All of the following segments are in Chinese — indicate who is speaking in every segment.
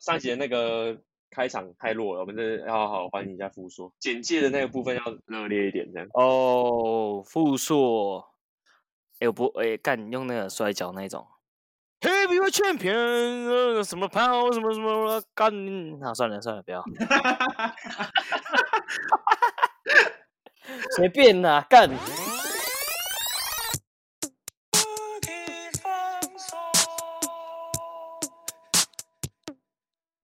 Speaker 1: 上一集的那个开场太弱了，我们这要好好欢迎一下复硕。简介的那个部分要热烈一点，这样。
Speaker 2: 哦，复硕，哎、我不，哎、干用那个摔跤那种，Heavy w e Champion，、呃、什么 power 什么什么干，那、算了算了，不要， 随便啦，干。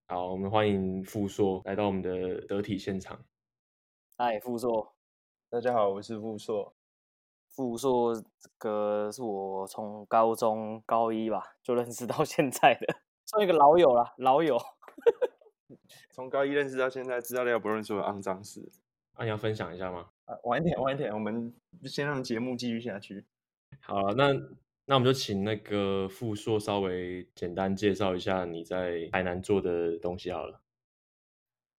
Speaker 1: 好，我们欢迎复硕来到我们的得体现场。
Speaker 2: 嗨，哎复硕，
Speaker 3: 大家好，我是傅硕。
Speaker 2: 复硕这个是我从高中高一吧就认识到现在的，算一个老友啦，老友。
Speaker 3: 从高一认识到现在，知道了不论所有肮脏事。
Speaker 1: 啊，你要分享一下吗？
Speaker 3: 啊，晚一点，晚一点，我们先让节目继续下去。
Speaker 1: 好了，那那我们就请那个复硕稍微简单介绍一下你在台南做的东西好了。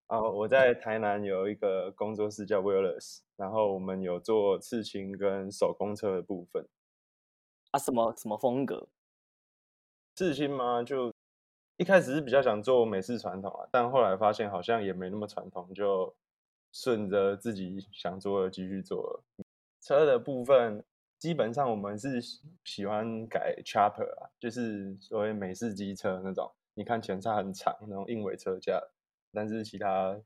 Speaker 3: 哦，我在台南有一个工作室叫 Willis，然后我们有做刺青跟手工车的部分。
Speaker 2: 啊，什么什么风格？
Speaker 3: 刺青嘛，就一开始是比较想做美式传统啊，但后来发现好像也没那么传统，就顺着自己想做的继续做了。车的部分，基本上我们是喜喜欢改 chopper 啊，就是所谓美式机车那种，你看前叉很长那种硬尾车架，但是其他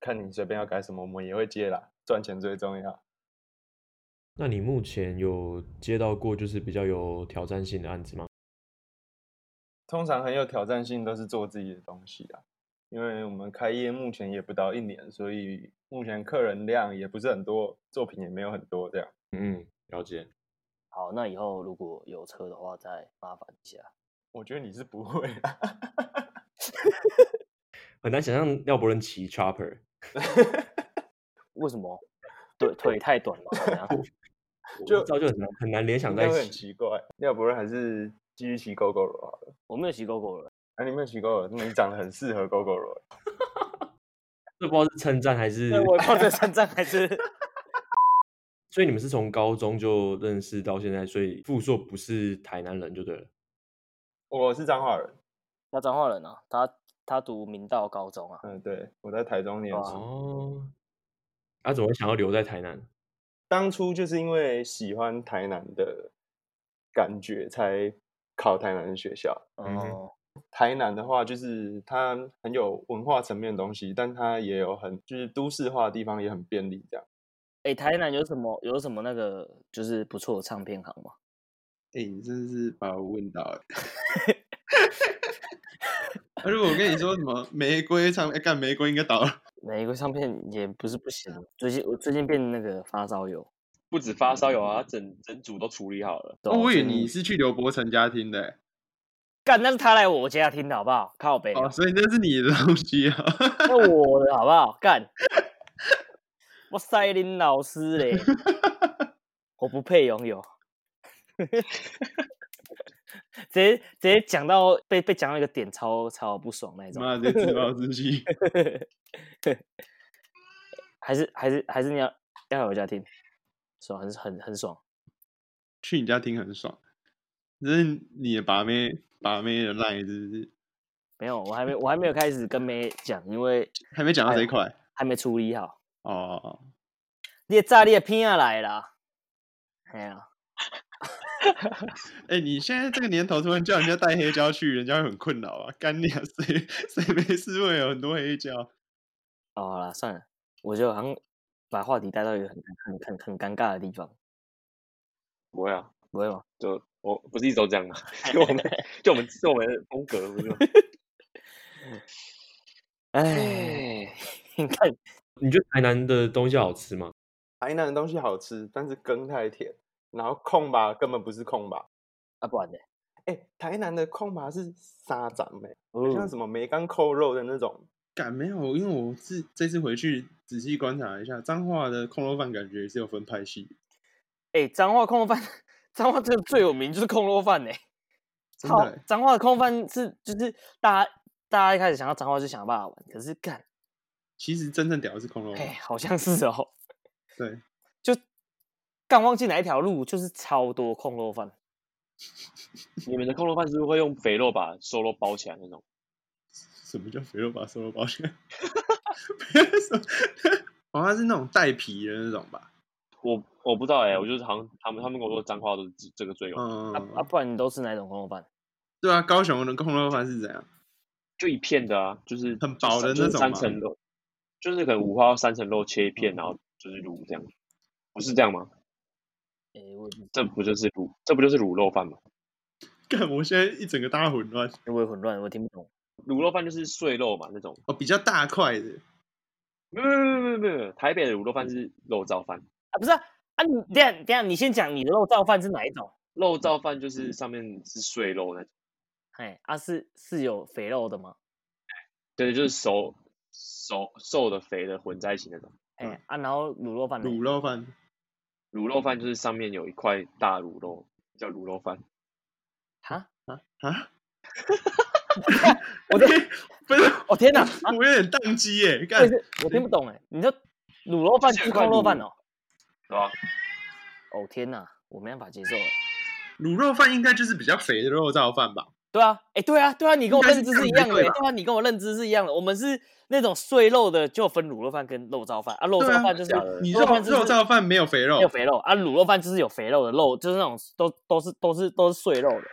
Speaker 3: 看你随便要改什么，我们也会接啦，赚钱最重要。
Speaker 1: 那你目前有接到过就是比较有挑战性的案子吗？
Speaker 3: 通常很有挑战性都是做自己的东西啊，因为我们开业目前也不到一年，所以目前客人量也不是很多，作品也没有很多这样。
Speaker 1: 嗯嗯，了解。
Speaker 2: 好，那以后如果有车的话，再麻烦一下。
Speaker 3: 我觉得你是不会啊啦，
Speaker 1: 很难想象廖伯伦骑 chopper，
Speaker 2: 为什么？对，腿太短了，怎样
Speaker 3: 就
Speaker 1: 造就很难很难联想
Speaker 3: 应
Speaker 1: 在
Speaker 3: 该会
Speaker 1: 一
Speaker 3: 很
Speaker 1: 起。
Speaker 3: 奇怪。要不然还是继续骑 GoGo 罗好了。
Speaker 2: 我没有骑狗狗了。
Speaker 3: 啊，你没有骑 GoGo 罗，那你长得很适合 GoGo 罗。
Speaker 1: 这不知道是称赞还是
Speaker 2: 对，……我也不知道这称赞还 是
Speaker 1: 所以你们是从高中就认识到现在，所以复硕不是台南人就对了。
Speaker 3: 我是彰化人，
Speaker 2: 他彰化人啊，他他读明道高中啊，
Speaker 3: 嗯，对，我在台中念
Speaker 2: 哇
Speaker 3: 书。
Speaker 1: 哦，他、怎么会想要留在台南？
Speaker 3: 当初就是因为喜欢台南的感觉，才考台南的学校。
Speaker 1: 嗯哼
Speaker 2: 哦，
Speaker 3: 台南的话，就是它很有文化层面的东西，但它也有很就是都市化的地方，也很便利。这样，
Speaker 2: 哎、台南有什么有什么那个就是不错的唱片行吗？
Speaker 3: 哎、你真的是把我问到 了。而且我跟你说什么玫瑰唱，哎、干玫瑰应该倒了。
Speaker 2: 每一个唱片也不是不行，最近我最近变那个发烧友，
Speaker 1: 不止发烧友啊，整整组都处理好了。
Speaker 2: 对啊我最近
Speaker 3: 是去刘伯承家听的、
Speaker 2: 干，那是他来我家听的好不好？靠北啊，
Speaker 3: 哦所以那是你的东西啊。
Speaker 2: 那我的好不好？干，我塞林老师嘞，我不配拥有。直接直接讲到被被讲到一个点超超不爽那种，
Speaker 3: 的，自暴自弃。
Speaker 2: 还是还是还是你要要来我家听，爽，很很很爽。
Speaker 3: 去你家听很爽，只是你的把妹把妹的 line 是不是
Speaker 2: 没有，我还没我还没有开始跟妹讲，因为
Speaker 3: 还没讲到
Speaker 2: 哎
Speaker 3: 这一块
Speaker 2: 还没处理好。
Speaker 3: 哦？
Speaker 2: 你的炸裂拼下来啦，哎呀，
Speaker 3: 哎、你现在这个年头突然叫人家带黑胶去，人家会很困扰啊！干你啊，谁谁没事会有很多黑胶？
Speaker 2: 哦，好啦，算了，我就好像把话题带到一个很很很很尴尬的地方，
Speaker 1: 不会啊，
Speaker 2: 不会吗？
Speaker 1: 就我不是一直都这样吗？啊 就我们就我们是我们的风格，不是吗？
Speaker 2: 哎， 你看，
Speaker 1: 你觉得台南的东西好吃吗？
Speaker 3: 台南的东西好吃，但是羹太甜，然后空吧根本不是空吧。
Speaker 2: 啊，不然呢？
Speaker 3: 哎、台南的空吧是沙掌哎、
Speaker 2: 哦
Speaker 3: 像什么梅干扣肉的那种。
Speaker 4: 感嗯没有，因为我是这次回去仔细观察一下，彰化的空肉饭感觉是有分派系的，
Speaker 2: 哎，彰化控肉饭，彰化这个最有名就是控肉饭呢、
Speaker 4: 真
Speaker 2: 操
Speaker 4: 的欸、
Speaker 2: 彰化的控肉饭是就是大家大家一开始想要彰化就想要办法玩，可是干，
Speaker 4: 其实真正屌的是空肉
Speaker 2: 哎、
Speaker 3: 嗯
Speaker 4: 饭，
Speaker 2: 好像是哦，
Speaker 4: 对，
Speaker 2: 就干忘记哪一条路，就是超多控肉饭。啊
Speaker 1: 你们的空肉饭是不是会用肥肉把瘦肉包起来那种？
Speaker 3: 什么叫肥肉把瘦肉包起来？没有什么好像哦是那种带皮的那种吧？
Speaker 1: 我我不知道哎、我就是好像他们他们跟我说脏话都是这这个最有，
Speaker 2: 啊
Speaker 3: 嗯，
Speaker 2: 啊，不然你都吃哪种空肉饭？
Speaker 3: 对啊，高雄的空肉饭是怎样？
Speaker 1: 就一片的啊，就是
Speaker 3: 很薄的
Speaker 1: 就是
Speaker 3: 那种
Speaker 1: 三
Speaker 3: 吗
Speaker 1: 层肉，就是可能五花三层肉切一片，然后就是卤这样，不是这样吗？
Speaker 2: 哎、我也
Speaker 1: 这不就是卤，这不就是卤肉饭吗？
Speaker 3: 看我现在一整个大混乱
Speaker 2: 不我也混乱，我听不懂。
Speaker 1: 卤肉饭就是碎肉嘛那种，
Speaker 3: 哦，比较大块的
Speaker 1: 没有没有没有没有没有，台北的卤肉饭是肉燥饭，
Speaker 2: 啊，不是啊，啊你等一下等一下，你先讲你的肉燥饭是哪一种？
Speaker 1: 肉燥饭就是上面是碎肉那种，
Speaker 2: 哎，啊是是有肥肉的吗？
Speaker 1: 对，就是熟熟瘦的肥的混在一起那种。
Speaker 2: 哎、啊，然后卤肉饭呢
Speaker 3: 卤肉饭，
Speaker 1: 卤肉饭就是上面有一块大卤肉，叫卤肉饭。
Speaker 2: 啊，
Speaker 3: 啊！
Speaker 2: 我的
Speaker 3: 不是，
Speaker 2: 哦天哪，啊
Speaker 3: 我有点宕机耶！
Speaker 2: 我也
Speaker 3: 干，
Speaker 2: 是我听不懂哎，你这卤肉饭
Speaker 1: 就是
Speaker 2: 是
Speaker 1: 有块
Speaker 2: 空肉
Speaker 1: 卤
Speaker 2: 饭哦？
Speaker 1: 对吧？
Speaker 2: 哦天哪，我没办法接受哎。
Speaker 3: 卤肉饭应该就是比较肥的肉燥饭吧？
Speaker 2: 对啊，哎，对啊，对啊，你跟我
Speaker 3: 应该是
Speaker 2: 认知
Speaker 3: 这
Speaker 2: 是一
Speaker 3: 样才
Speaker 2: 样的
Speaker 3: 对
Speaker 2: 欸，
Speaker 3: 吧
Speaker 2: 对啊，你跟我认知是一样的。我们是那种碎肉的，就分卤肉饭跟肉燥饭啊，肉
Speaker 3: 对啊
Speaker 2: 燥饭就是
Speaker 1: 假的
Speaker 3: 你
Speaker 2: 肉
Speaker 3: 肉
Speaker 2: 饭就是
Speaker 3: 肉燥饭没有肥肉
Speaker 2: 没有，肥肉啊，卤肉饭就是有肥肉的肉，就是那种都都是都是都是碎肉的。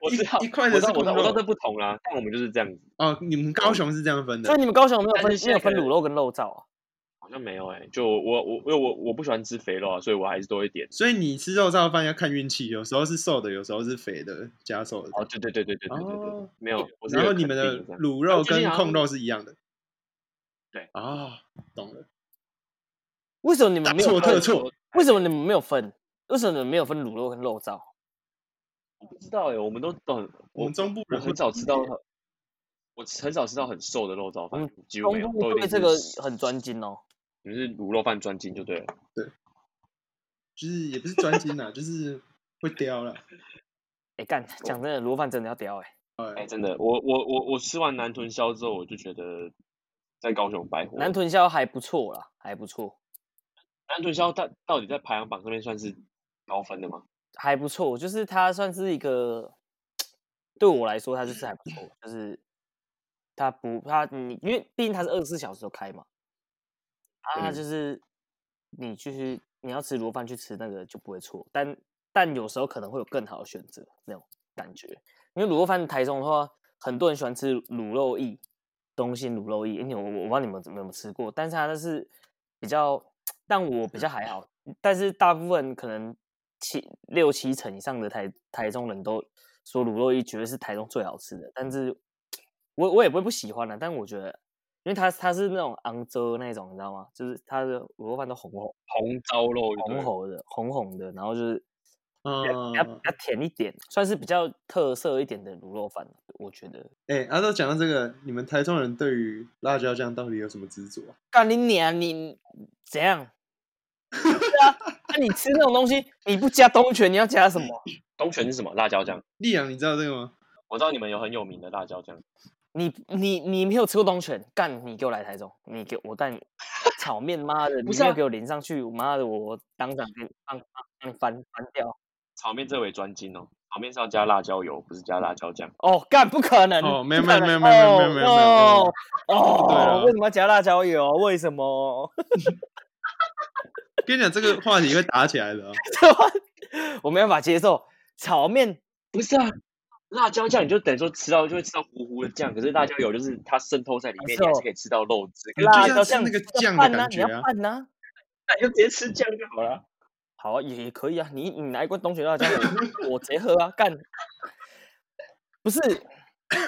Speaker 1: 我
Speaker 3: 一
Speaker 1: 知道，
Speaker 3: 一块的
Speaker 1: 我知
Speaker 3: 是
Speaker 1: 道，我知道，
Speaker 3: 空
Speaker 1: 我知道
Speaker 3: 肉
Speaker 1: 这不同啦。但我们就是这样子，
Speaker 3: 哦，你们高雄是这样分
Speaker 2: 所
Speaker 3: 的
Speaker 2: 以你们高雄没有
Speaker 1: 但是
Speaker 2: 分
Speaker 1: 现
Speaker 2: 没有
Speaker 1: 在
Speaker 2: 分
Speaker 1: 可能
Speaker 2: 卤肉跟肉燥啊？
Speaker 1: 好像没有哎、就我我因为我我不喜欢吃肥肉啊，所以我还是都会点。
Speaker 3: 所以你吃肉燥饭要看运气，有时候是瘦的，有时候是肥的加瘦的。
Speaker 1: 哦，对对对对对对对对，
Speaker 3: 哦
Speaker 1: 没有。我是
Speaker 3: 然
Speaker 1: 有
Speaker 3: 后你
Speaker 1: 肯
Speaker 3: 们
Speaker 1: 定
Speaker 3: 的
Speaker 1: 这样
Speaker 3: 卤肉
Speaker 1: 最近
Speaker 3: 跟
Speaker 1: 好像
Speaker 3: 控肉是一样的。
Speaker 1: 对
Speaker 3: 啊、懂了，
Speaker 2: 为什么你
Speaker 3: 大
Speaker 2: 们没有
Speaker 3: 错
Speaker 2: 分
Speaker 3: 特？错。
Speaker 2: 为什么你们没有分？为什么你们没有分卤肉跟肉燥？
Speaker 1: 我不知道哎、我们都都很，
Speaker 3: 我
Speaker 1: 我
Speaker 3: 们中部
Speaker 1: 我
Speaker 3: 人
Speaker 1: 很
Speaker 3: 会
Speaker 1: 少吃到，我很少吃到很瘦的肉燥
Speaker 2: 我
Speaker 1: 饭
Speaker 2: 们，
Speaker 1: 几乎没
Speaker 2: 中
Speaker 1: 有，
Speaker 2: 部
Speaker 1: 都
Speaker 2: 对
Speaker 1: 有
Speaker 2: 这
Speaker 1: 点
Speaker 2: 个很专精哦。
Speaker 1: 你们是卤肉饭专精就对了。
Speaker 3: 就是也不是专精啦，就是会叼啦。
Speaker 2: 哎，干，讲真的，卤肉饭真的要屌哎。
Speaker 1: 哎、
Speaker 3: 哎，
Speaker 1: 真的，我我我我吃完南屯宵之后，我就觉得在高雄白活。
Speaker 2: 南屯宵还不错啦，还不错，
Speaker 1: 南屯宵到到底在排行榜上面算是高分的吗？
Speaker 2: 还不错，就是它算是一个，对我来说它就是还不错，就是它不它你因为毕竟它是二十四小时都开嘛，啊，它
Speaker 1: 嗯
Speaker 2: 就是你就是你要吃卤肉饭去吃那个就不会错，但但有时候可能会有更好的选择那种感觉，因为卤肉饭台中的话，很多人喜欢吃卤肉意，东兴卤肉意，因为我我不知道你们有没有吃过，但是它那是比较，但我比较还好，但是大部分可能七六七成以上的台台中人都说卤肉意绝对是台中最好吃的，但是我我也不会不喜欢的，但我觉得，因为它它是那种昂州那种，你知道吗？就是它的卤肉饭都红红
Speaker 1: 红糟肉就对
Speaker 2: 红
Speaker 1: 了
Speaker 2: 红的红红的，然后就是
Speaker 3: 嗯
Speaker 2: 比较，比较甜一点，算是比较特色一点的卤肉饭，我觉得。
Speaker 3: 哎，阿豆讲到这个，你们台中人对于辣椒酱到底有什么执着啊？
Speaker 2: 干你娘！你怎样？ 对啊，那、你吃那种东西，你不加东泉，你要加什么？
Speaker 1: 东泉是什么？辣椒酱。
Speaker 3: 丽阳，你知道这个吗？
Speaker 1: 我知道你们有很有名的辣椒酱，
Speaker 2: 你你你没有吃过东泉，干你给我来台中，你给我 带你炒面，妈的，
Speaker 1: 不
Speaker 2: 你
Speaker 1: 是
Speaker 2: 没有
Speaker 1: 啊
Speaker 2: 给我淋上去，妈的，我当场给你帮帮帮你翻翻掉。
Speaker 1: 炒面这为专精哦。炒面是要加辣椒油，不是加辣椒酱。
Speaker 2: 哦，干不可能！
Speaker 3: 哦
Speaker 2: 不
Speaker 3: 没有
Speaker 2: 可
Speaker 3: 没有
Speaker 2: 能
Speaker 3: 没有没
Speaker 2: 哦
Speaker 3: 有没有没有没有没有
Speaker 2: 哦
Speaker 3: 对啊
Speaker 2: 哦，为什么要加辣椒油？为什么？
Speaker 3: 跟你讲，这个话题会打起来的、哦。
Speaker 2: 我没办法接受炒面
Speaker 1: 不是啊，辣椒酱你就等于说吃到就会吃到糊糊的酱，可是辣椒油就是它渗透在里面，
Speaker 2: 没
Speaker 1: 你还
Speaker 2: 错
Speaker 1: 是可以吃到肉汁。跟
Speaker 3: 你就
Speaker 2: 辣
Speaker 3: 像
Speaker 2: 椒
Speaker 3: 吃
Speaker 2: 酱
Speaker 3: 那
Speaker 2: 你
Speaker 3: 个
Speaker 2: 要
Speaker 3: 酱的
Speaker 2: 拌
Speaker 3: 感
Speaker 2: 啊，你要
Speaker 3: 觉啊
Speaker 2: 拌啊。
Speaker 1: 那你就直 接吃酱就好了。
Speaker 2: 好啊，也也可以啊。你你拿一罐东雪辣椒 我，我直接喝啊，干！不是，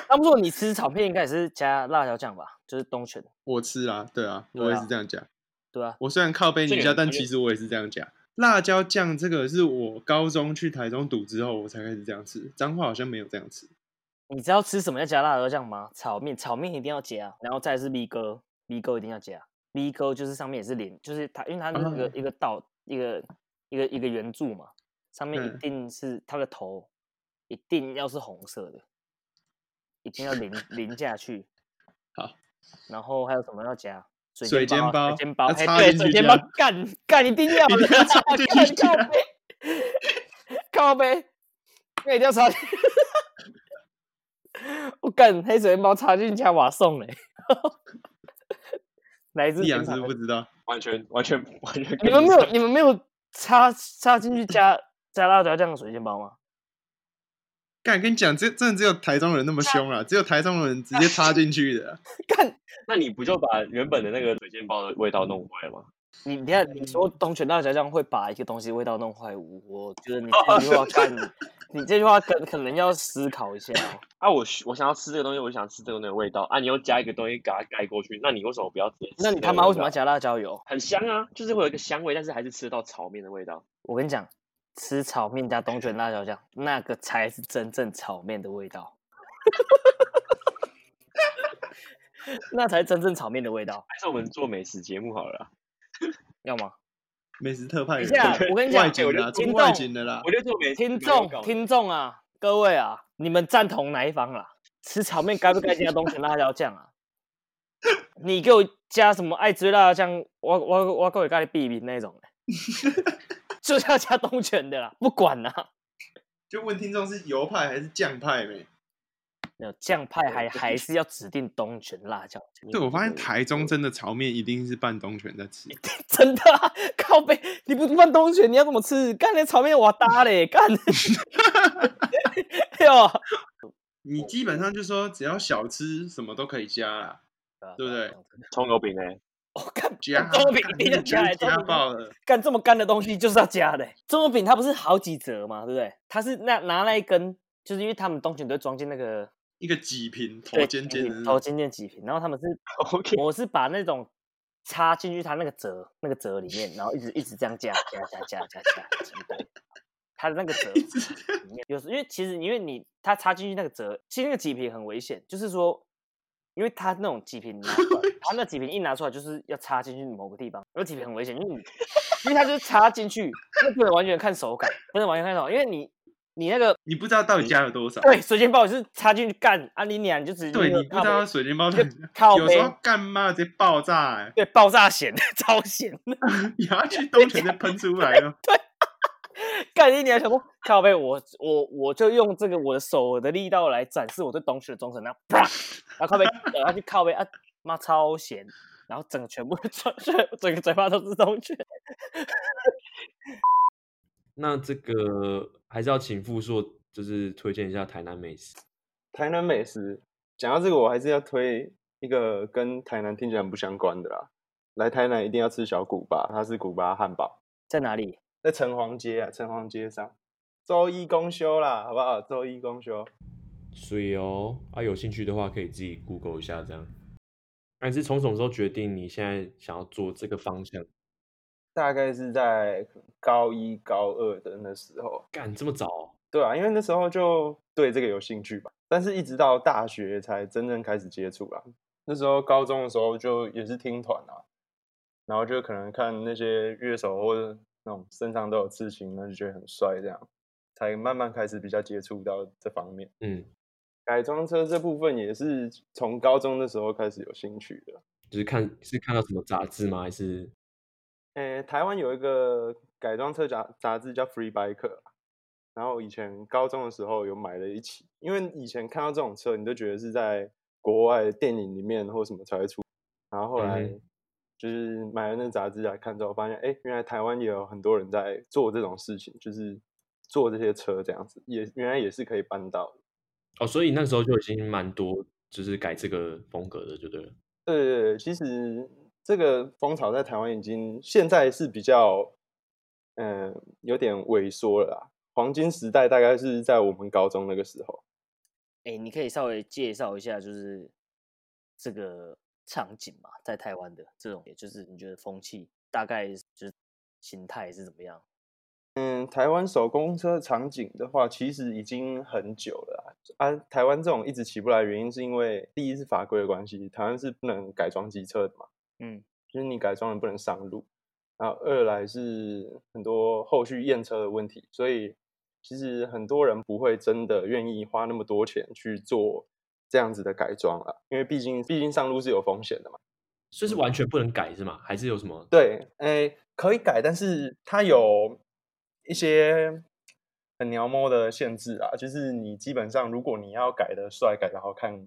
Speaker 2: 他们说你吃炒片应该也是加辣椒酱吧？就是东泉，
Speaker 3: 我吃啦，对啊，
Speaker 2: 对啊
Speaker 3: 我也是这样讲。
Speaker 2: 对啊，
Speaker 3: 我虽然靠背你一
Speaker 1: 这
Speaker 3: 下，
Speaker 1: 个
Speaker 3: 但
Speaker 1: 这个
Speaker 3: 其实我也是这样讲。辣椒酱这个是我高中去台中读之后，我才开始这样吃。彰化好像没有这样吃。
Speaker 2: 你知道吃什么要加辣椒酱吗？炒面，炒面一定要加，然后再来是 V 哥，V 哥一定要加。V 哥就是上面也是连，就是它，因为它是一个、
Speaker 3: 啊
Speaker 2: 一个道，一个一个一个圆柱嘛，上面一
Speaker 3: 嗯
Speaker 2: 定是它的头，一定要是红色的，一定要淋淋下去。
Speaker 3: 好，
Speaker 2: 然后还有什么要加？煎
Speaker 3: 水煎
Speaker 2: 包啊，水
Speaker 3: 包
Speaker 2: 煎包，
Speaker 3: 要
Speaker 2: 哎，
Speaker 3: 插
Speaker 2: 对，
Speaker 3: 进
Speaker 2: 水
Speaker 3: 去
Speaker 2: 煎包
Speaker 3: 加，
Speaker 2: 干干一定要
Speaker 3: 一
Speaker 2: 的，
Speaker 3: 定要插 进
Speaker 2: 干
Speaker 3: 去
Speaker 2: 啊靠
Speaker 4: 啊
Speaker 3: 加
Speaker 2: 背，靠背，那一定要插进 我干黑水面包插进加瓦送嘞，哪一只
Speaker 4: 易阳
Speaker 2: 平
Speaker 4: 是
Speaker 2: 常
Speaker 4: 不是不知道，
Speaker 5: 完全完全完全
Speaker 2: 你
Speaker 5: 跟
Speaker 2: 们没有
Speaker 5: 上
Speaker 2: 你们没有插插进去加加辣椒酱的水煎包吗？
Speaker 4: 干跟你讲，这真的只有台中人那么凶啊啦，只有台中人直接 插进去的啊。
Speaker 2: 干
Speaker 5: 那你不就把原本的那个水煎包的味道弄坏了吗？
Speaker 2: 你，你看你说东泉辣椒酱会把一个东西味道弄坏，我我觉得你这句话干，你这句话可可能要思考一下哦。
Speaker 5: 啊，我需我想要吃这个东西，我想吃这个东西的味道啊，你又加一个东西给它盖过去，那你为什么不要直接？
Speaker 2: 那你他妈为什么要？加辣椒油？
Speaker 5: 很香啊，就是会有一个香味，但是还是吃得到炒面的味道。
Speaker 2: 我跟你讲，吃炒面加东泉辣椒酱，那个才是真正炒面的味道， 那才真正炒面的味道，
Speaker 5: 还是我们做美食节目好了啊。
Speaker 2: 要吗？
Speaker 4: 美食特派
Speaker 2: 等一
Speaker 4: 员，
Speaker 2: 下，我跟你讲
Speaker 4: 外，景的啦，
Speaker 2: 听
Speaker 4: 中外
Speaker 2: 众
Speaker 4: 景的啦
Speaker 5: 我，觉得做美食
Speaker 4: 哎
Speaker 2: 听
Speaker 5: 节目
Speaker 2: 众
Speaker 5: 搞
Speaker 2: 听众啊，各位啊，你们赞同哪一方啦？吃炒面该不该加东泉辣椒酱啊？你给我加什么爱滋辣椒酱？我我我给我咖喱避免那种、欸， 就是要加东泉的啦，不管啦。
Speaker 4: 就问听众是油派还是酱派没？
Speaker 2: 没有酱派还还是要指定东泉辣椒酱，
Speaker 4: 对，我发现台中真的炒面一定是半东泉在吃，
Speaker 2: 真的啊！靠背，你不放东泉，你要怎么吃？干那炒面我搭嘞，干！哎呦，
Speaker 4: 你基本上就说只要小吃什么都可以加啦，对不对？
Speaker 5: 葱油饼哎、
Speaker 2: 我看
Speaker 4: 加
Speaker 2: 中饼
Speaker 4: 干
Speaker 2: 一定要
Speaker 4: 你
Speaker 2: 加来，中
Speaker 4: 加
Speaker 2: 饼
Speaker 4: 爆了。
Speaker 2: 干这么干的东西就是要加的欸、中油饼它不是好几折嘛，对不对？它是那拿那一根，就是因为他们东泉都会装进那个
Speaker 4: 一个几瓶头
Speaker 2: 对
Speaker 4: 尖
Speaker 2: 几
Speaker 4: 尖
Speaker 2: 瓶
Speaker 4: 的那
Speaker 2: 头
Speaker 4: 种，
Speaker 2: 尖尖几瓶，然后他们是
Speaker 5: OK，
Speaker 2: 我是把那种插进去它那个折那个折里面，然后一直一直这样加加加加加加，成功。它的那个折
Speaker 4: 一直
Speaker 2: 里面，有时因为其实因为你它插进去那个折，其实那个几瓶很危险，就是说，因为它那种几瓶拿出来，它那几瓶一拿出来就是要插进去某个地方，那几瓶很危险，因为你因为它就是插进去，那不能完全看手感，不能完全看手感，因为你你那个
Speaker 4: 你不知道到底加了多少。
Speaker 2: 对水煎包也是插进去干，啊你俩你就直接
Speaker 4: 对，
Speaker 2: 那
Speaker 4: 你
Speaker 2: 个
Speaker 4: 不知
Speaker 2: 靠
Speaker 4: 道
Speaker 2: 背
Speaker 4: 水煎包
Speaker 2: 就
Speaker 4: 到底加
Speaker 2: 靠
Speaker 4: 有时
Speaker 2: 背
Speaker 4: 候干妈直接爆炸欸，
Speaker 2: 对爆炸险 超险。
Speaker 4: 你要去东泉再喷出来了。
Speaker 2: 干你娘！想说靠背，我我我就用这个我的手的力道来展示我对东西的忠诚，然后啪，然后靠背，然后去靠背啊，妈超咸，然后整个全部全 整个嘴巴都是东西。
Speaker 1: 那这个还是要请傅硕，就是推荐一下台南美食。
Speaker 3: 台南美食，讲到这个，我还是要推一个跟台南听起来很不相关的啦。来台南一定要吃小古巴，它是古巴汉堡，
Speaker 2: 在哪里？
Speaker 3: 在城隍街啊，城隍街上，周一公休啦，好不好？周一公休，
Speaker 1: 所以哦，啊，有兴趣的话可以自己 Google 一下这样。那你是从什么时候决定你现在想要做这个方向？
Speaker 3: 大概是在高一高二的那时候，
Speaker 1: 干这么早哦、
Speaker 3: 对啊，因为那时候就对这个有兴趣吧，但是一直到大学才真正开始接触啦。那时候高中的时候就也是听团啊，然后就可能看那些乐手或者那种身上都有刺青，那就觉得很帅，这样才慢慢开始比较接触到这方面。
Speaker 1: 嗯，
Speaker 3: 改装车这部分也是从高中的时候开始有兴趣的。
Speaker 1: 就是看是看到什么杂志吗？还是
Speaker 3: 诶，台湾有一个改装车杂杂志叫《Free Biker》啊，然后以前高中的时候有买了一期，因为以前看到这种车，你都觉得是在国外的电影里面或什么才会出，然后后
Speaker 1: 嗯哼
Speaker 3: 来就是买了那杂志来看之后，发现诶，原来台湾也有很多人在做这种事情，就是做这些车这样子，也原来也是可以办到的。
Speaker 1: 哦，所以那时候就已经蛮多，就是改这个风格的，就对了。
Speaker 3: 对对对，其实这个风潮在台湾已经现在是比较，嗯、有点萎缩了啦。黄金时代大概是在我们高中那个时候。
Speaker 2: 哎、你可以稍微介绍一下，就是这个场景嘛，在台湾的这种，也就是你觉得风气大概就是形态是怎么样？
Speaker 3: 嗯，台湾手工车场景的话，其实已经很久了啊。啊台湾这种一直起不来，原因是因为第一是法规的关系，台湾是不能改装机车的嘛，
Speaker 2: 嗯，
Speaker 3: 就是你改装了不能上路。然后二来是很多后续验车的问题，所以其实很多人不会真的愿意花那么多钱去做这样子的改装了，因为毕竟毕竟上路是有风险的嘛。
Speaker 1: 所以是完全不能改是吗？还是有什么？
Speaker 3: 对，诶，可以改，但是它有一些很鸟摸的限制啊，就是你基本上如果你要改的帅、改的好看，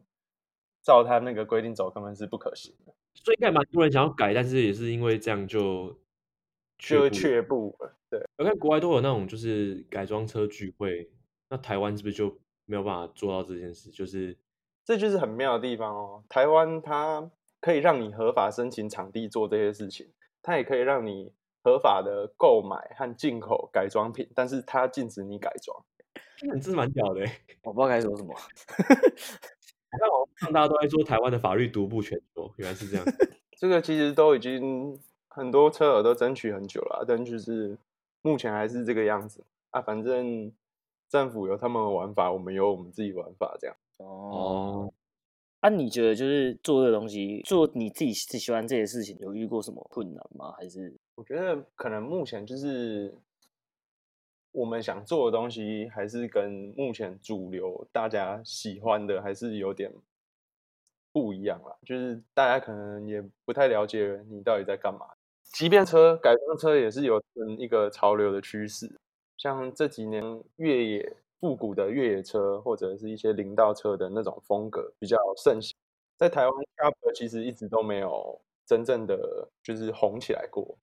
Speaker 3: 照他那个规定走根本是不可行的，
Speaker 1: 所以应该蛮多人想要改，但是也是因为这样就
Speaker 3: 就会
Speaker 1: 步
Speaker 3: 却步了。
Speaker 1: 我看国外都有那种就是改装车聚会，那台湾是不是就没有办法做到这件事？就是
Speaker 3: 这就是很妙的地方哦。台湾它可以让你合法申请场地做这些事情，它也可以让你合法的购买和进口改装品，但是它禁止你改装。
Speaker 2: 嗯
Speaker 1: 你真的蛮屌的欸。
Speaker 2: 我不知道该说什么。
Speaker 1: 那网络上大家都在说台湾的法律独步全球，原来是这样。
Speaker 3: 这个其实都已经很多车友都争取很久了啊，但就是目前还是这个样子啊。反正政府有他们的玩法，我们有我们自己玩法，这样。
Speaker 1: 哦，
Speaker 2: 啊，你觉得就是做这个东西，做你自己自喜欢这些事情，有遇过什么困难吗？还是
Speaker 3: 我觉得可能目前就是我们想做的东西，还是跟目前主流大家喜欢的还是有点不一样啦。就是大家可能也不太了解你到底在干嘛。即便车改装车也是有成一个潮流的趋势，像这几年越野复古的越野车或者是一些林道车的那种风格比较盛行。在台湾 c a b 其实一直都没有真正的就是红起来过。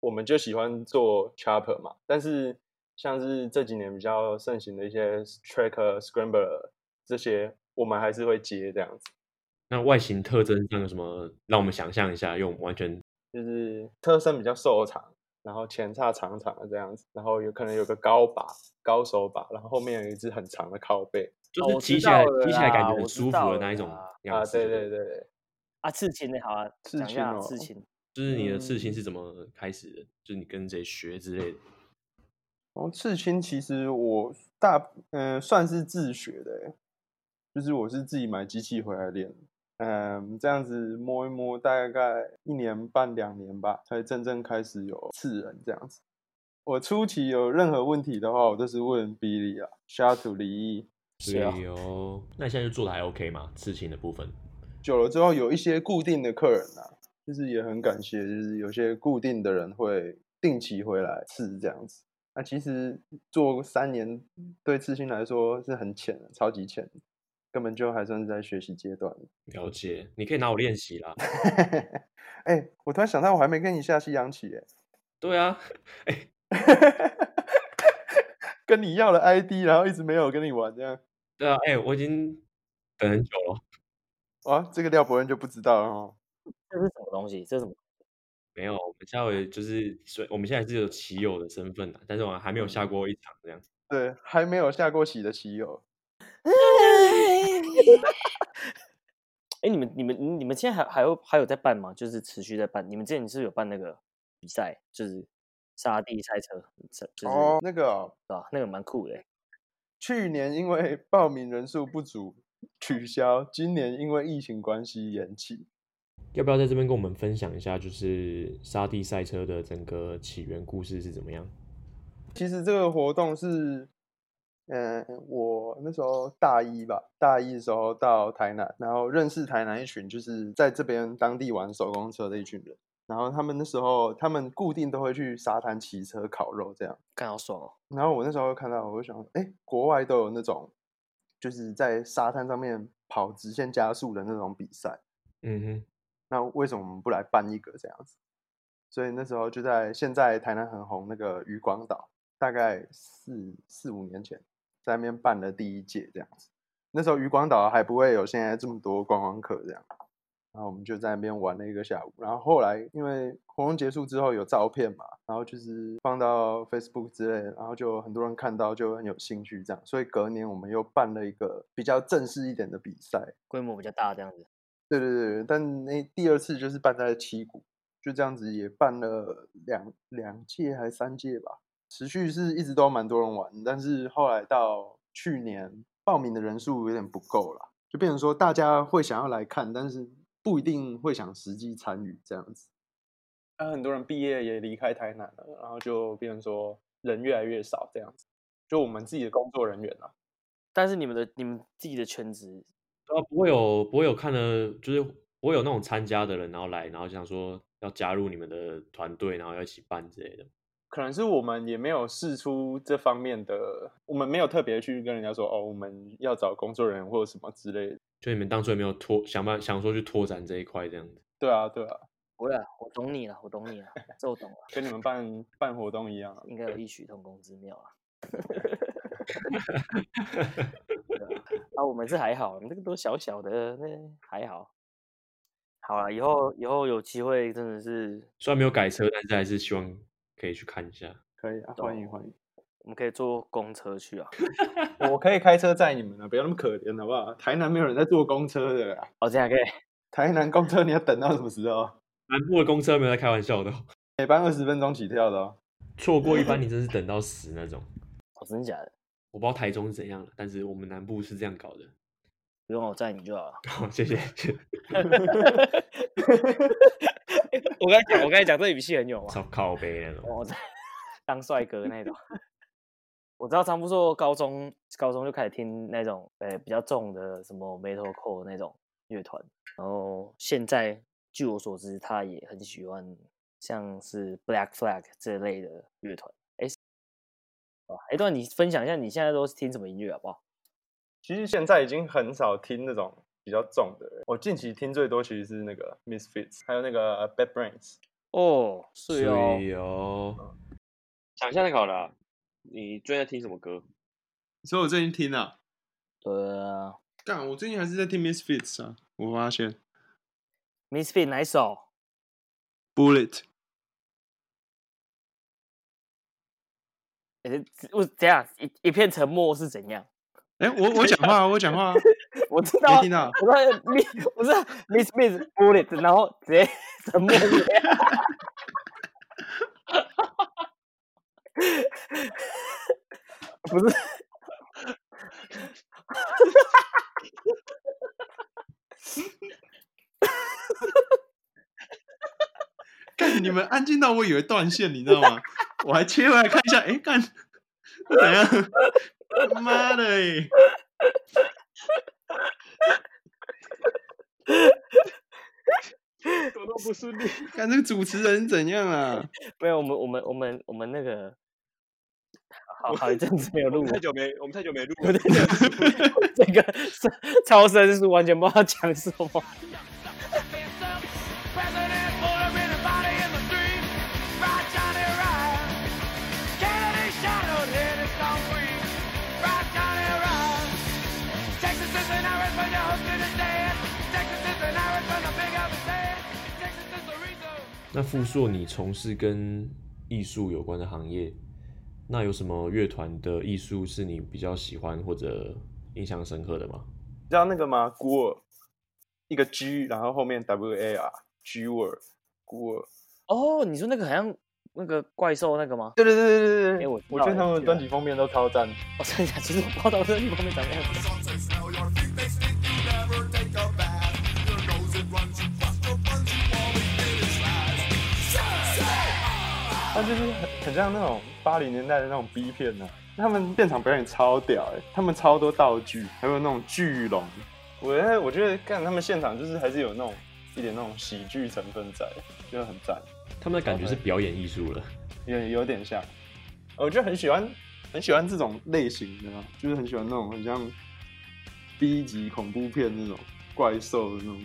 Speaker 3: 我们就喜欢做 chopper 嘛，但是像是这几年比较盛行的一些 tracker、scrambler 这些，我们还是会接这样子。
Speaker 1: 那外形特征上有什么？让我们想象一下，用完全
Speaker 3: 就是车身比较瘦长，然后前叉长长的这样子，然后有可能有个高把、高手把，然后后面有一只很长的靠背
Speaker 1: 就
Speaker 2: 哦
Speaker 1: 是
Speaker 2: 我
Speaker 1: 骑
Speaker 2: 知
Speaker 1: 起来、
Speaker 2: 道了
Speaker 1: 骑起来感
Speaker 2: 啦
Speaker 1: 觉很
Speaker 2: 我知
Speaker 1: 舒服
Speaker 2: 道
Speaker 1: 的
Speaker 2: 了
Speaker 1: 那一种
Speaker 2: 啦
Speaker 1: 样
Speaker 3: 啊，
Speaker 1: 子。
Speaker 3: 对对，对对，
Speaker 2: 啊，刺青的好啊，
Speaker 3: 刺
Speaker 2: 讲一
Speaker 3: 青
Speaker 2: 下
Speaker 3: 哦
Speaker 2: 刺青。
Speaker 1: 就是你的刺青
Speaker 3: 嗯
Speaker 1: 是怎么开始的？就是你跟谁学之类的？
Speaker 3: 然后刺青其实我大嗯、算是自学的欸，就是我是自己买机器回来练的，嗯，这样子摸一摸，大概一年半两年吧，才真正开始有刺人这样子。我初期有任何问题的话，我都是问 Billy 啊，下土离异，
Speaker 1: 对
Speaker 2: 啊
Speaker 1: 哦，那你现在就做的还 OK 吗？刺青的部分，
Speaker 3: 久了之后有一些固定的客人啊，就是也很感谢，就是有些固定的人会定期回来刺这样子。那其实做三年对刺青来说是很浅的，超级浅的，根本就还算是在学习阶段。
Speaker 1: 了解，你可以拿我练习啦。
Speaker 3: 哎、我突然想到，我还没跟你下西洋棋耶，
Speaker 1: 对啊，
Speaker 3: 跟你要了 ID，然后一直没有跟你玩这样。
Speaker 1: 对啊，哎、我已经等很久了，
Speaker 3: 啊，这个廖伯恩就不知道了哦。
Speaker 2: 这是什么东西？这是 什么？
Speaker 1: 没有，我们下回就是，所以我们现在是有棋友的身份的，但是我还没有下过一场这样。
Speaker 3: 对，还没有下过棋的棋友，
Speaker 2: 哎、你们你们你们现在还还有还有在办吗？就是持续在办。你们之前是不是有办那个比赛，就是沙地赛车，这就是、
Speaker 3: 哦，那个哦、
Speaker 2: 对吧？那个蛮酷的欸。
Speaker 3: 去年因为 报名人数不足取消，今年因为疫情关系延期。
Speaker 1: 要不要在这边跟我们分享一下，就是沙地赛车的整个起源故事是怎么样？
Speaker 3: 其实这个活动是，嗯、我那时候大一吧，大一的时候到台南，然后认识台南一群就是在这边当地玩手工车的一群人，然后他们那时候他们固定都会去沙滩骑车烤肉这样。
Speaker 2: 看好爽哦！
Speaker 3: 然后我那时候看到，我就想，哎，国外都有那种就是在沙滩上面跑直线加速的那种比赛。
Speaker 1: 嗯哼，
Speaker 3: 那为什么我们不来办一个这样子？所以那时候就在现在台南很红那个渔光岛，大概四四五年前在那边办了第一届这样子。那时候渔光岛还不会有现在这么多观光客这样，然后我们就在那边玩了一个下午。然后后来因为活动结束之后有照片嘛，然后就是放到 Facebook 之类的，然后就很多人看到就很有兴趣这样。所以隔年我们又办了一个比较正式一点的比赛，
Speaker 2: 规模比较大这样子。
Speaker 3: 对对对，但那第二次就是办在七股，就这样子也办了两两届还三届吧，持续是一直都蛮多人玩，但是后来到去年报名的人数有点不够了，就变成说大家会想要来看，但是不一定会想实际参与这样子。那、很多人毕业也离开台南了，然后就变成说人越来越少这样子，就我们自己的工作人员啊，
Speaker 2: 但是你们的你们自己的圈子，
Speaker 1: 对啊，不会有不会有看了，就是不会有那种参加的人，然后来，然后就想说要加入你们的团队，然后要一起办之类的。
Speaker 3: 可能是我们也没有试出这方面的，我们没有特别去跟人家说哦，我们要找工作人员或者什么之类的。
Speaker 1: 就你们当初也没有拓想办想说去拓展这一块这样子。
Speaker 3: 对啊，对啊，
Speaker 2: 不会啊，我懂你了，我懂你了，这我懂了，
Speaker 3: 跟你们办办活动一样啊。
Speaker 2: 应该有异曲同工之妙啊。啊，我们是还好，我们这个都小小的，那还好。好了，以后以后有机会真的是
Speaker 1: 虽然没有改车，但是还是希望可以去看一下。
Speaker 3: 可以啊，欢迎欢迎。
Speaker 2: 我们可以坐公车去啊。
Speaker 3: 我可以开车载你们啊，不要那么可怜好不好？台南没有人在坐公车的啦，
Speaker 2: 哦，这样可以。
Speaker 3: 台南公车你要等到什么时候？
Speaker 1: 南部的公车没有在开玩笑的、哦，
Speaker 3: 每班二十分钟起跳的哦。
Speaker 1: 错过一班你真是等到死那种。
Speaker 2: 哦，真的假的？
Speaker 1: 我不知道台中是怎样了，但是我们南部是这样搞的。
Speaker 2: 不用我载你就好了。
Speaker 1: 好， 谢谢。
Speaker 2: 我刚才讲，我刚才讲这语气很有啊。
Speaker 1: 超靠背那种。
Speaker 2: 我在当帅哥那种。 我知道张不硕高中高中就开始听那种呃比较重的什么 metal core 那种乐团，然后现在据我所知，他也很喜欢像是 Black Flag 这类的乐团。哎，哎，段，你分享一下你现在都是听什么音乐好不好？
Speaker 3: 其实现在已经很少听那种比较重的了，我近期听最多其实是那个 Misfits，还有那个 Bad Brains。
Speaker 2: 哦，是哦，
Speaker 1: 水哦，
Speaker 5: 想一下就好了啊。你最近在听什么歌？
Speaker 4: 所以我最近听啊，
Speaker 2: 对啊
Speaker 4: 干，我最近还是在听 Misfits 啊，我发现
Speaker 2: ，Misfit 哪一首？
Speaker 4: Bullet
Speaker 2: 哎，我怎样一一片沉默是怎样？
Speaker 4: 哎、我我讲话啊，我讲话 啊，
Speaker 2: 我知道啊
Speaker 4: 没，听到？
Speaker 2: 我说 Miss 不是 Miss Miss Bullet，然后直接沉默了。不是，
Speaker 4: 干，你们安静到我以为断线，你知道吗？我还切回来看一下，哎、干，怎样？ 他妈的、欸！
Speaker 5: 什么都不顺利。
Speaker 4: 看这个主持人怎样啊？
Speaker 2: 没有我们我们我们我们那个，好好一阵子没有
Speaker 5: 我
Speaker 2: 录
Speaker 5: 们
Speaker 2: 了
Speaker 5: 太，久没，我们太久没录
Speaker 2: 我
Speaker 5: 了
Speaker 2: 在。这个是超声速，完全不知道讲什么。
Speaker 6: President for anybody in the street. Right, Johnny, right. Kennedy shadowed in his song queen. Right, Johnny, right. Texas is an iron when you're hooked in the dead. Texas is an iron when the big of his head. Texas is the reason.
Speaker 1: 那傅硕，你从事跟艺术有关的行业，那有什么乐团的艺术是你比较喜欢或者印象深刻的吗？
Speaker 3: 你知道那个吗？孤儿，一个 G，然后后面 W A R G word，孤儿。
Speaker 2: 哦，你说那个好像那个怪兽那个吗？
Speaker 3: 对对对对对对，
Speaker 2: 哎我
Speaker 3: 我
Speaker 2: 知
Speaker 3: 我
Speaker 2: 道
Speaker 3: 觉得
Speaker 2: 哎
Speaker 3: 他们
Speaker 2: 我
Speaker 3: 的
Speaker 2: 知
Speaker 3: 专
Speaker 2: 道
Speaker 3: 辑封面都超赞。
Speaker 2: 我真的假的？其实我不知道这地方面长什么样子。
Speaker 3: 但就是很很像那种八零年代的那种 B 片呢、他们现场表演超屌哎、他们超多道具，还有那种巨龙。我觉得我觉得干他们现场就是还是有那种一点那种喜剧成分在，就很赞，
Speaker 1: 他们的感觉是表演艺术了。
Speaker 3: 有有点像。我就很喜欢很喜欢这种类型的、啊，就是很喜欢那种很像 B 级恐怖片那种怪兽的那种。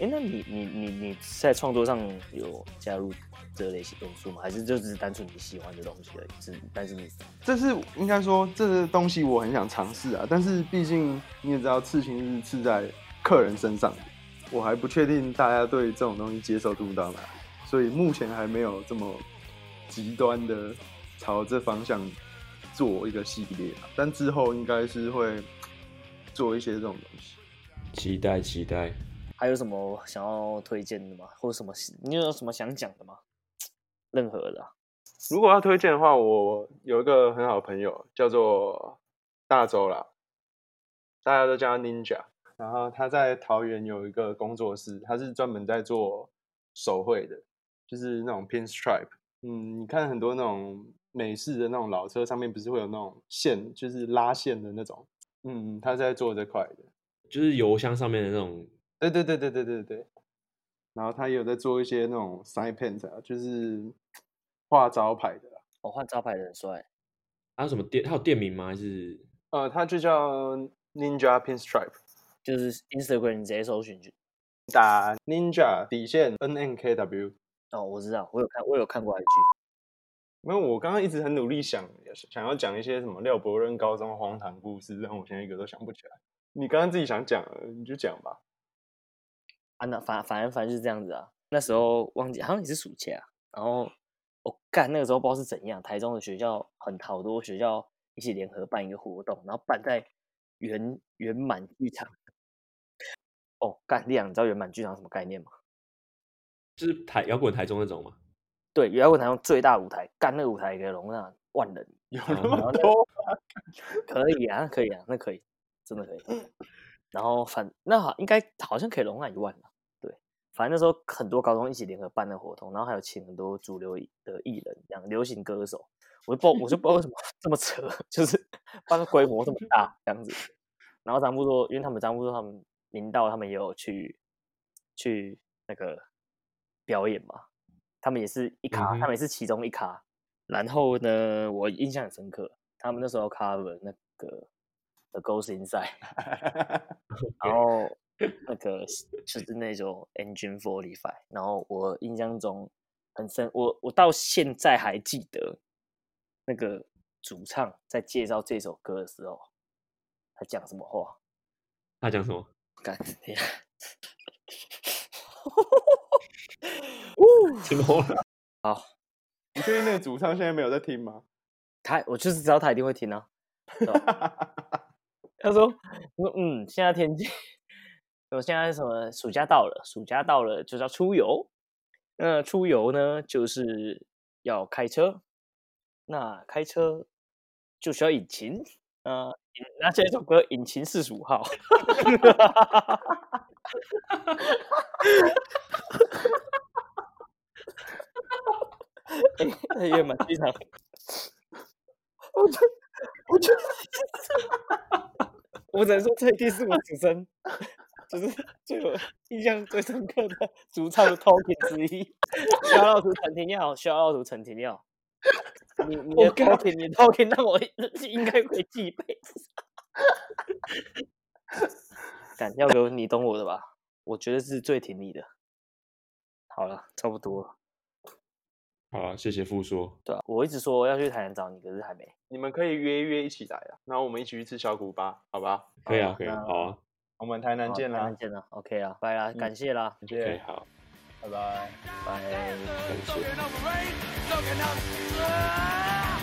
Speaker 2: 哎，那你你你你在创作上有加入这类型元素吗？还是就只是单纯你喜欢的东西而已？只但是你
Speaker 3: 这是应该说，这个东西我很想尝试啊，但是毕竟你也知道，刺青是刺在客人身上的，我还不确定大家对这种东西接受度到哪，所以目前还没有这么极端的朝这方向做一个系列啊、但之后应该是会做一些这种东西。
Speaker 1: 期待期待，
Speaker 2: 还有什么想要推荐的吗？或者什么你有什么想讲的吗？任何的啊、
Speaker 3: 如果要推荐的话，我有一个很好的朋友叫做大周啦，大家都叫他 Ninja。然后他在桃园有一个工作室，他是专门在做手绘的，就是那种 pinstripe。嗯，你看很多那种美式的那种老车上面不是会有那种线，就是拉线的那种。嗯，他是在做这块的。
Speaker 1: 就是邮箱上面的那种
Speaker 3: 对对对对对对对。然后他也有在做一些那种 sign paint 啊，就是画招牌的啦
Speaker 2: 哦，换招牌的很帅，
Speaker 1: 它有什么店？它有店名吗？还是
Speaker 3: 呃，它就叫 Ninja Pinstripe，
Speaker 2: 就是 Instagram 你直接搜寻就。
Speaker 3: 打 Ninja 底线 N N K W。
Speaker 2: 哦，我知道，我有看，我有看过 IG。
Speaker 3: 没有，我刚刚一直很努力想想要讲一些什么廖伯任高中荒唐故事，但我现在一个都想不起来。你刚刚自己想讲了，你就讲吧。
Speaker 2: 啊，那反反正反正就是这样子啊。那时候忘记好像也是暑假，啊然后我、干那个时候不知道是怎样，台中的学校很好多学校一起联合办一个活动，然后办在圆圆满剧场。哦，干亮，你知道圆满剧场什么概念吗？
Speaker 1: 就是台摇滚台中那种嘛？
Speaker 2: 对，摇滚台中最大舞台，干那个舞台可以容纳万人，
Speaker 3: 有那
Speaker 2: 然后
Speaker 3: 么
Speaker 2: 那
Speaker 3: 多
Speaker 2: 可以啊，可以啊，那可以，真的可以。然后反那好，应该好像可以容纳一万吧？对，反正那时候很多高中一起联合办的活动，然后还有请很多主流艺的艺人，这样流行歌手。我就不知道我就不知道为什么这么扯， 就是办个规模这么 大这样子。然后张部说，因为他们张部说他们明道他们也有去去那个表演嘛，他们也是一咖，
Speaker 1: 嗯哼
Speaker 2: 他们也是其中一咖。然后呢，我印象很深刻，他们那时候 cover 那个 The Ghost Inside，然后那个是就是那种 Engine Forty Five，然后我印象中很深，我我到现在还记得那个主唱在介绍这首歌的时候，他讲什么话？
Speaker 1: 他讲什 么？
Speaker 2: 干你啊！
Speaker 1: 什么啦？
Speaker 2: 好，
Speaker 3: 你确定那个主唱现在没有在听吗？
Speaker 2: 他我就是知道他一定会听啊。对吧他说：“我说嗯，现在天气，我现在什么暑假到了，暑假到了就是要出游。那出游呢，就是要开车。那开车就需要引擎。呃，引那这首歌《引擎四十五号》 哎，也蛮非常，我觉得，我觉得。”我只能说这一定是我此生 就是最有印象最深刻的主唱的 token 之一。肖老图陈廷耀，肖老图陈廷耀，你你的 token，你的 token 让我应该会记一辈子。敢耀哥，你懂我的吧？我觉得是最挺你的。好了，差不多了，
Speaker 1: 好了，谢谢复说。
Speaker 2: 对吧、啊我一直说要去台南找你，可是还没。
Speaker 3: 你们可以约一约一起来啊，然后我们一起去吃小古巴，好吧？
Speaker 1: 可以啊，
Speaker 2: 好
Speaker 1: 可以啊，
Speaker 2: 那
Speaker 1: 好啊，
Speaker 3: 我们台南
Speaker 2: 好
Speaker 3: 见
Speaker 2: 台
Speaker 3: 啦嗯
Speaker 2: 南，见啦，OK 啦，拜啦，感谢啦，
Speaker 3: 再
Speaker 1: 可以，
Speaker 3: 见，
Speaker 1: 好，
Speaker 3: 拜拜。
Speaker 2: 拜。
Speaker 1: 感谢。
Speaker 6: Soaking up rain, soaking up blood.